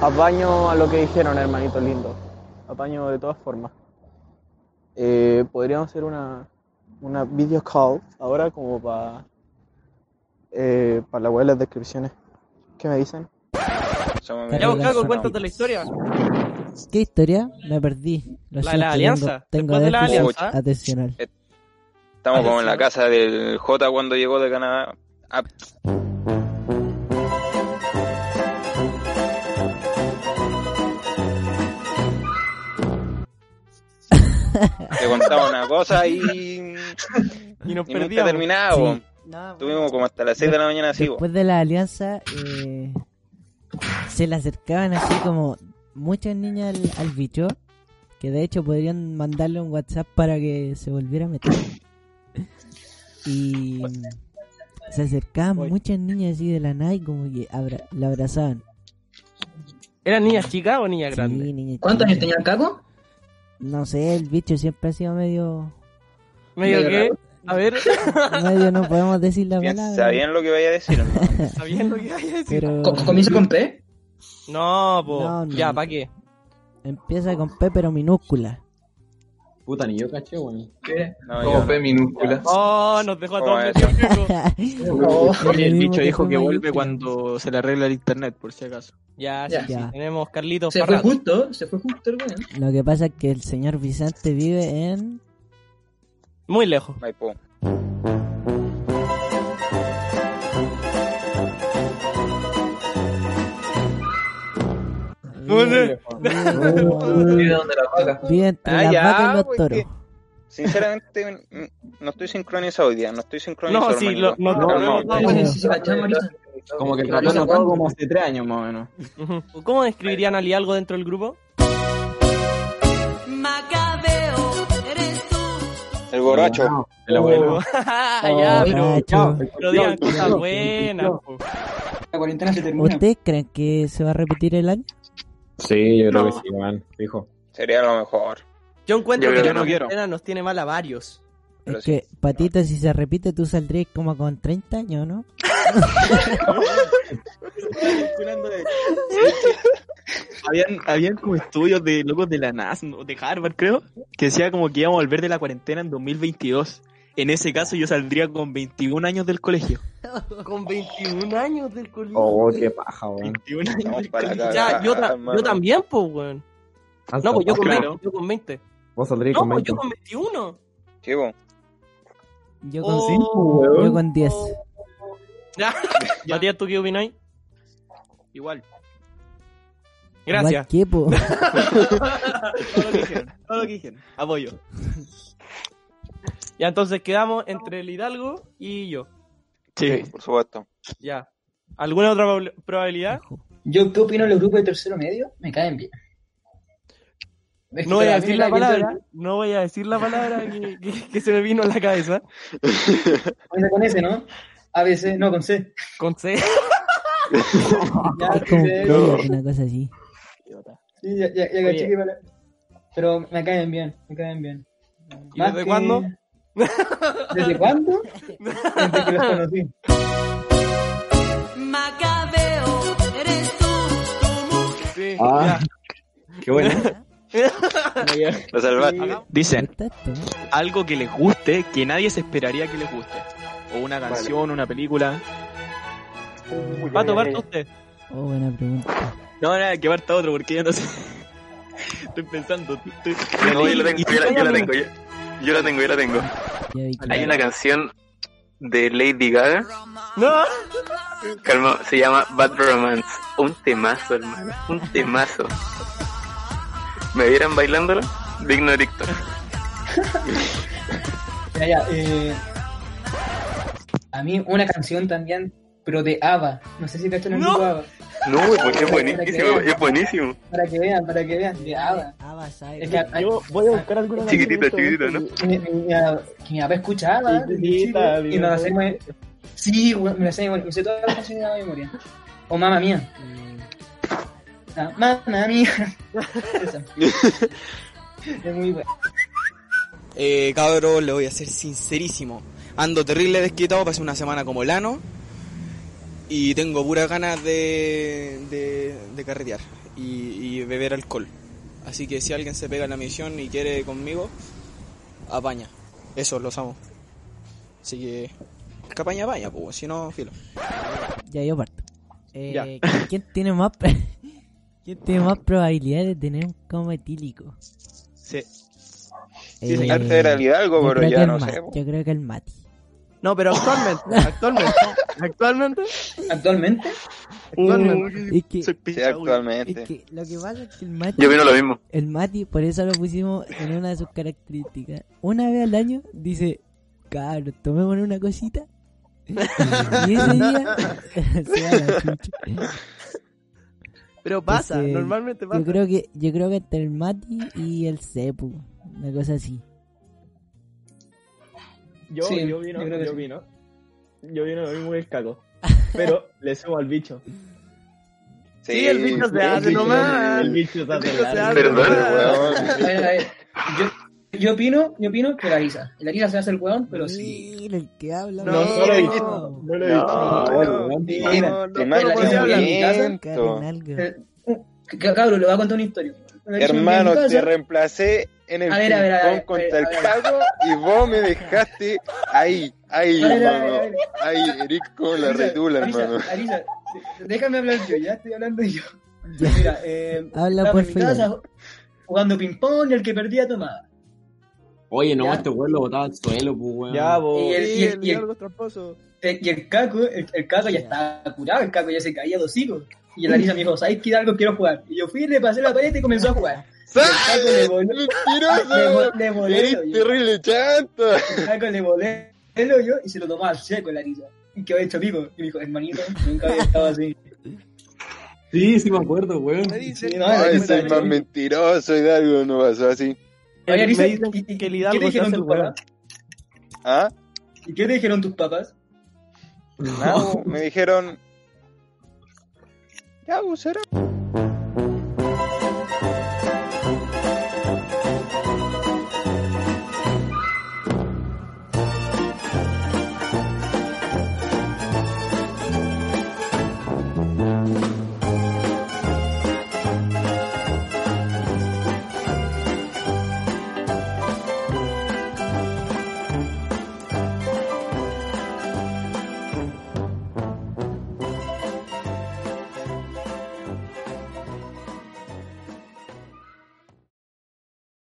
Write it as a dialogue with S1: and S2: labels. S1: Apaño a lo que dijeron, hermanitos lindos. Apaño de todas formas. Eh, podríamos hacer una, una video call ahora como para eh, para la web de las descripciones. ¿Qué me dicen?
S2: Llámame.
S3: Ya,
S2: Yo,
S3: vos, Caco,
S2: no.
S3: cuéntate la historia.
S4: ¿Qué historia? Me perdí. Lo
S3: La de
S4: siento,
S3: la alianza.
S4: Tengo, tengo
S3: Después de la
S4: déficit
S3: alianza.
S4: atencional.
S2: Estamos como en la casa del J cuando llegó de Canadá. Ah, Te contaba una cosa y,
S3: Y nos
S2: y nunca
S3: perdíamos.
S2: terminaba.
S4: Sí.
S3: Nada,
S2: Tuvimos como hasta las 6 de la mañana así. po.
S4: Después de la alianza, eh, se le acercaban así como muchas niñas al, al bicho, que de hecho podrían mandarle un WhatsApp para que se volviera a meter. Y se acercaban
S1: Voy.
S4: muchas niñas así de la nada y como que abra- la abrazaban.
S3: ¿Eran niñas chicas o niñas
S4: Sí,
S3: grandes?
S4: niñas
S5: ¿Cuántos años
S4: chicas.
S5: tenía el Caco?
S4: No sé, el bicho siempre ha sido medio...
S3: Medio
S5: Medio
S3: que, a ver,
S4: medio no podemos decir la
S2: Bien,
S4: palabra.
S2: Sabían lo que vaya a decir.
S3: sabiendo que hay decir.
S4: Pero
S5: Co- ¿Comienza con P?
S3: No, po.
S4: No, no.
S3: ya, ¿pa' qué?
S4: empieza con P pero minúscula.
S6: Puta, ni yo caché, weón.
S5: ¿Qué?
S2: No, yo
S6: Como
S2: no.
S6: P minúscula.
S3: Oh, nos dejó a todos
S2: Oh,
S3: metidos, Caco.
S5: No.
S6: Oye, el
S4: Lo mismo
S6: bicho
S4: que
S6: dijo
S4: fue
S6: que
S4: Mario
S6: vuelve
S4: Kart.
S6: cuando se le arregla el internet, por si acaso.
S3: Ya, sí,
S5: Ya.
S3: sí,
S4: Ya.
S3: tenemos Carlitos
S5: Se fue
S3: Parra.
S5: justo, se fue justo el weón.
S4: Lo que pasa es que el señor Vicente vive en...
S3: Muy lejos.
S2: Maipú.
S5: Vive donde la vaca.
S4: Vive entre
S2: Ah,
S4: las
S2: ya,
S4: vacas y los
S2: pues,
S4: toros.
S2: que- Sinceramente, mm, no estoy sincronizado hoy día. No estoy sincronizado.
S3: No, sí,
S2: hermanito.
S3: lo- nos-
S2: No,
S3: nos-
S2: no,
S3: nos-
S5: Ah, bueno, sí, se la echaba, Marisa.
S6: Como que
S5: ¿Qué
S6: trató
S5: pasa,
S6: notado
S5: Juan?
S6: como hace tres años más o menos.
S3: Ujú. ¿Cómo describirían a Ali algo dentro del grupo?
S7: Macabeo, eres tú.
S2: El borracho.
S6: El
S8: Oh.
S6: abuelo.
S3: Ah, ya, pero,
S4: Cacho.
S3: pero digan cosas buenas. po.
S9: La cuarentena se termina.
S4: ¿Ustedes creen que se va a repetir el año?
S8: Sí, yo creo que sí, man. Fijo.
S2: Sería lo mejor.
S3: Yo encuentro
S6: Yo
S3: que
S6: creo que
S3: la
S6: no quiero.
S3: cuarentena nos tiene mal a varios.
S2: Pero
S4: es
S2: sí.
S4: que, patita, si se repite, tú saldrías como con 30 años, ¿no?
S6: Habían, habían como estudios de locos de la NASA, ¿no? de Harvard, creo, que decía como que íbamos a volver de la cuarentena en 2022. En ese caso, yo saldría con 21 años del colegio.
S3: Con 21 años del colegio.
S8: Oh, qué paja, weón.
S6: 21 años
S2: Vamos
S6: del
S2: para
S6: colegio.
S2: acá. Ah,
S3: Ya, yo, ta-
S2: hermano.
S3: yo también, pues, weón. No, pues yo con 20. Yo con 20.
S8: Vos saldrías
S3: No,
S8: con
S3: pues
S8: 20.
S3: yo con 21.
S2: Sí, po.
S4: Yo con,
S3: Oh.
S4: yo con 10.
S3: Ya. Matías, ¿tú qué opináis?
S6: Igual.
S3: Gracias.
S4: Igual que, po.
S6: Todo lo que dijeron. Todo lo que dijeron. Apoyo.
S3: Ya, entonces quedamos entre el Hidalgo y yo.
S6: Sí.
S2: Por supuesto.
S3: Ya. ¿Alguna otra prob- probabilidad?
S9: Yo qué opino de los grupos de tercero medio.
S5: ¿Medio? Me caen bien. Es que
S3: No voy a
S5: para mí
S3: decir la
S5: gente-
S3: palabra. No voy a decir la palabra que, que- que se me vino a la cabeza.
S5: Comienza con S, ¿no? A, B, C, no, con C.
S3: Con C.
S5: Ya,
S4: Es como
S5: sí,
S4: una cosa así.
S5: E, sí, ya, ya, ya
S3: Oye.
S5: caché que para- Pero me caen bien, me caen bien.
S3: ¿Y
S5: Más
S3: desde
S5: que-
S3: cuándo?
S5: ¿Desde cuándo? Desde que los conocí.
S7: Macabeo, eres tú. Tu mujer.
S3: Sí,
S8: Ah. Qué bueno.
S2: Lo salvaste.
S6: Dicen,
S4: Perfecto.
S6: algo que les guste, que nadie se esperaría que les guste. O una canción, una película.
S3: ya. Pato, parta usted.
S4: Oh, buena pregunta.
S6: No, nada, que parta otro, porque yo no sé. Estoy pensando. Estoy...
S10: No, yo la tengo, yo la, yo la tengo, yo, yo la tengo, yo la tengo.
S4: Ya vi que-
S10: Hay una canción de Lady Gaga,
S3: No.
S10: calma, se llama Bad Romance. Un temazo, hermano, un temazo. ¿Me vieran bailándola? Digno de TikTok.
S5: Ya, ya, eh, a mí una canción también, pero de ABBA. No sé si cachan el
S3: No.
S5: grupo ABBA.
S10: No, es bu- es buenísimo, es buenísimo.
S5: Para que vean, para que vean, de ABBA.
S4: Ah, vas a
S5: Es que, a- a-
S1: voy a buscar alguna
S10: Chiquitito, chiquitito, ¿no?
S5: que mi, mi- que mi papá escuchaba desde
S1: Chiquitita,
S5: chico,
S1: mi
S5: y nos
S1: mamá.
S5: hacemos. Sí, weón, me la sé de memoria. Me sé todas las canciones de la memoria. O mamá mía. Ah, mamá mía. Esa. es muy buena.
S11: Eh, cabro, le voy a ser sincerísimo. Ando terrible desquitado, pasé una semana como lano. Y tengo puras ganas de, de, de carretear y, y beber alcohol. Así que si alguien se pega en la misión y quiere conmigo, apaña. Eso, los amo. Así que, que apaña, apaña, pues, si no, filo.
S4: Ya yo parto. Eh,
S11: Ya.
S4: ¿Quién tiene más pre- ¿Quién tiene más probabilidades de tener un coma etílico? Eh,
S6: Sí.
S2: Sí, sí, antes era el Hidalgo,
S4: yo
S2: pero
S4: creo
S2: ya
S4: que el
S2: no
S4: Ma-
S2: sé, po.
S4: Yo creo que el Mati.
S3: No, pero actualmente, actualmente, actualmente.
S5: ¿Actualmente?
S4: Actualmente. Es que-
S2: Sí, actualmente.
S4: Es que lo que pasa es que el Mati.
S2: Yo opino lo mismo.
S4: El Mati, por eso lo pusimos en una de sus características. Una vez al año dice, cabrón, tomémonos una cosita. Y ese día se va la chucha.
S3: Pero pasa,
S4: Entonces,
S3: normalmente pasa.
S4: Yo creo que, yo creo que entre el Mati y el Cepu, una cosa así.
S6: Yo,
S5: Sí,
S6: yo vino,
S5: yo
S6: yo,
S5: creo que sí.
S6: vino. Yo vino lo mismo que el caco. Pero le subo al bicho.
S2: Sí,
S6: el bicho se hace nomás. El bicho se hace largo.
S5: A ver, a ver. Yo, yo opino, yo opino que la Lisa. La Lisa se hace el hueón, pero sí.
S4: Mira el que habla.
S6: No, no lo he visto. No lo he visto.
S5: Mira,
S2: te imaginas
S5: la Lisa habla en mi
S4: Eh,
S5: casa.
S4: Carnalga.
S5: C- Cabrón, le voy a contar una historia. La Lisa
S2: Hermano,
S5: en mi
S2: te
S5: casa.
S2: reemplacé en el
S5: A ver, a ver, a
S2: rincón
S5: ver,
S2: contra
S5: a ver,
S2: el
S5: a ver.
S2: cago y vos me dejaste ahí, ahí,
S5: A ver, a ver,
S2: hermano.
S5: a ver.
S2: Ahí, Eric con la
S5: Lisa,
S2: retula,
S5: Lisa,
S2: hermano.
S5: Lisa, déjame hablar yo, ya estoy hablando yo.
S4: Ya.
S5: Mira, eh,
S4: Habla,
S5: estaba
S4: por
S5: en mi
S4: favor.
S5: casa jugando ping-pong y el que perdía tomaba.
S8: Oye, no,
S5: Ya.
S8: este weón lo botaba al suelo, pues, weón.
S6: Ya,
S5: Y
S6: vos.
S5: el-
S3: Sí,
S5: y
S3: el
S5: el- y el-
S3: Hidalgo es tramposo.
S5: Eh, Y el Caco, el, el Caco ya estaba curado, el Caco ya se caía dos hijos. Y el Arisa me dijo, ¿sabes qué algo quiero jugar? Y yo fui, le pasé la paleta y comenzó a jugar.
S2: ¡Sale,
S5: le voló- le
S2: ¡Mentiroso!
S5: vo- le voló
S2: ¡Eres
S5: el hoyo.
S2: terrible chanto!
S5: El Caco le volé el hoyo y se lo tomaba al seco el Arisa. Y quedó hecho pico. Y me dijo, hermanito, nunca había estado así.
S8: Sí, sí me acuerdo, weón.
S5: Sí, no, la
S2: Ay,
S5: Lisa
S2: soy
S5: me
S2: más
S5: dijo,
S2: mentiroso, Hidalgo, no pasó así.
S5: "Oye, Arisa,
S3: Me
S5: ¿y-
S3: dicen
S5: y-
S3: que el
S5: y
S3: Hidalgo
S5: ¿Qué te
S3: se
S5: dijeron
S3: hace el
S5: tus
S3: hueón.
S5: papás?
S2: ¿Ah?
S5: ¿Y qué te dijeron tus papás?
S2: Nada, me dijeron... Ya, vos, será. po".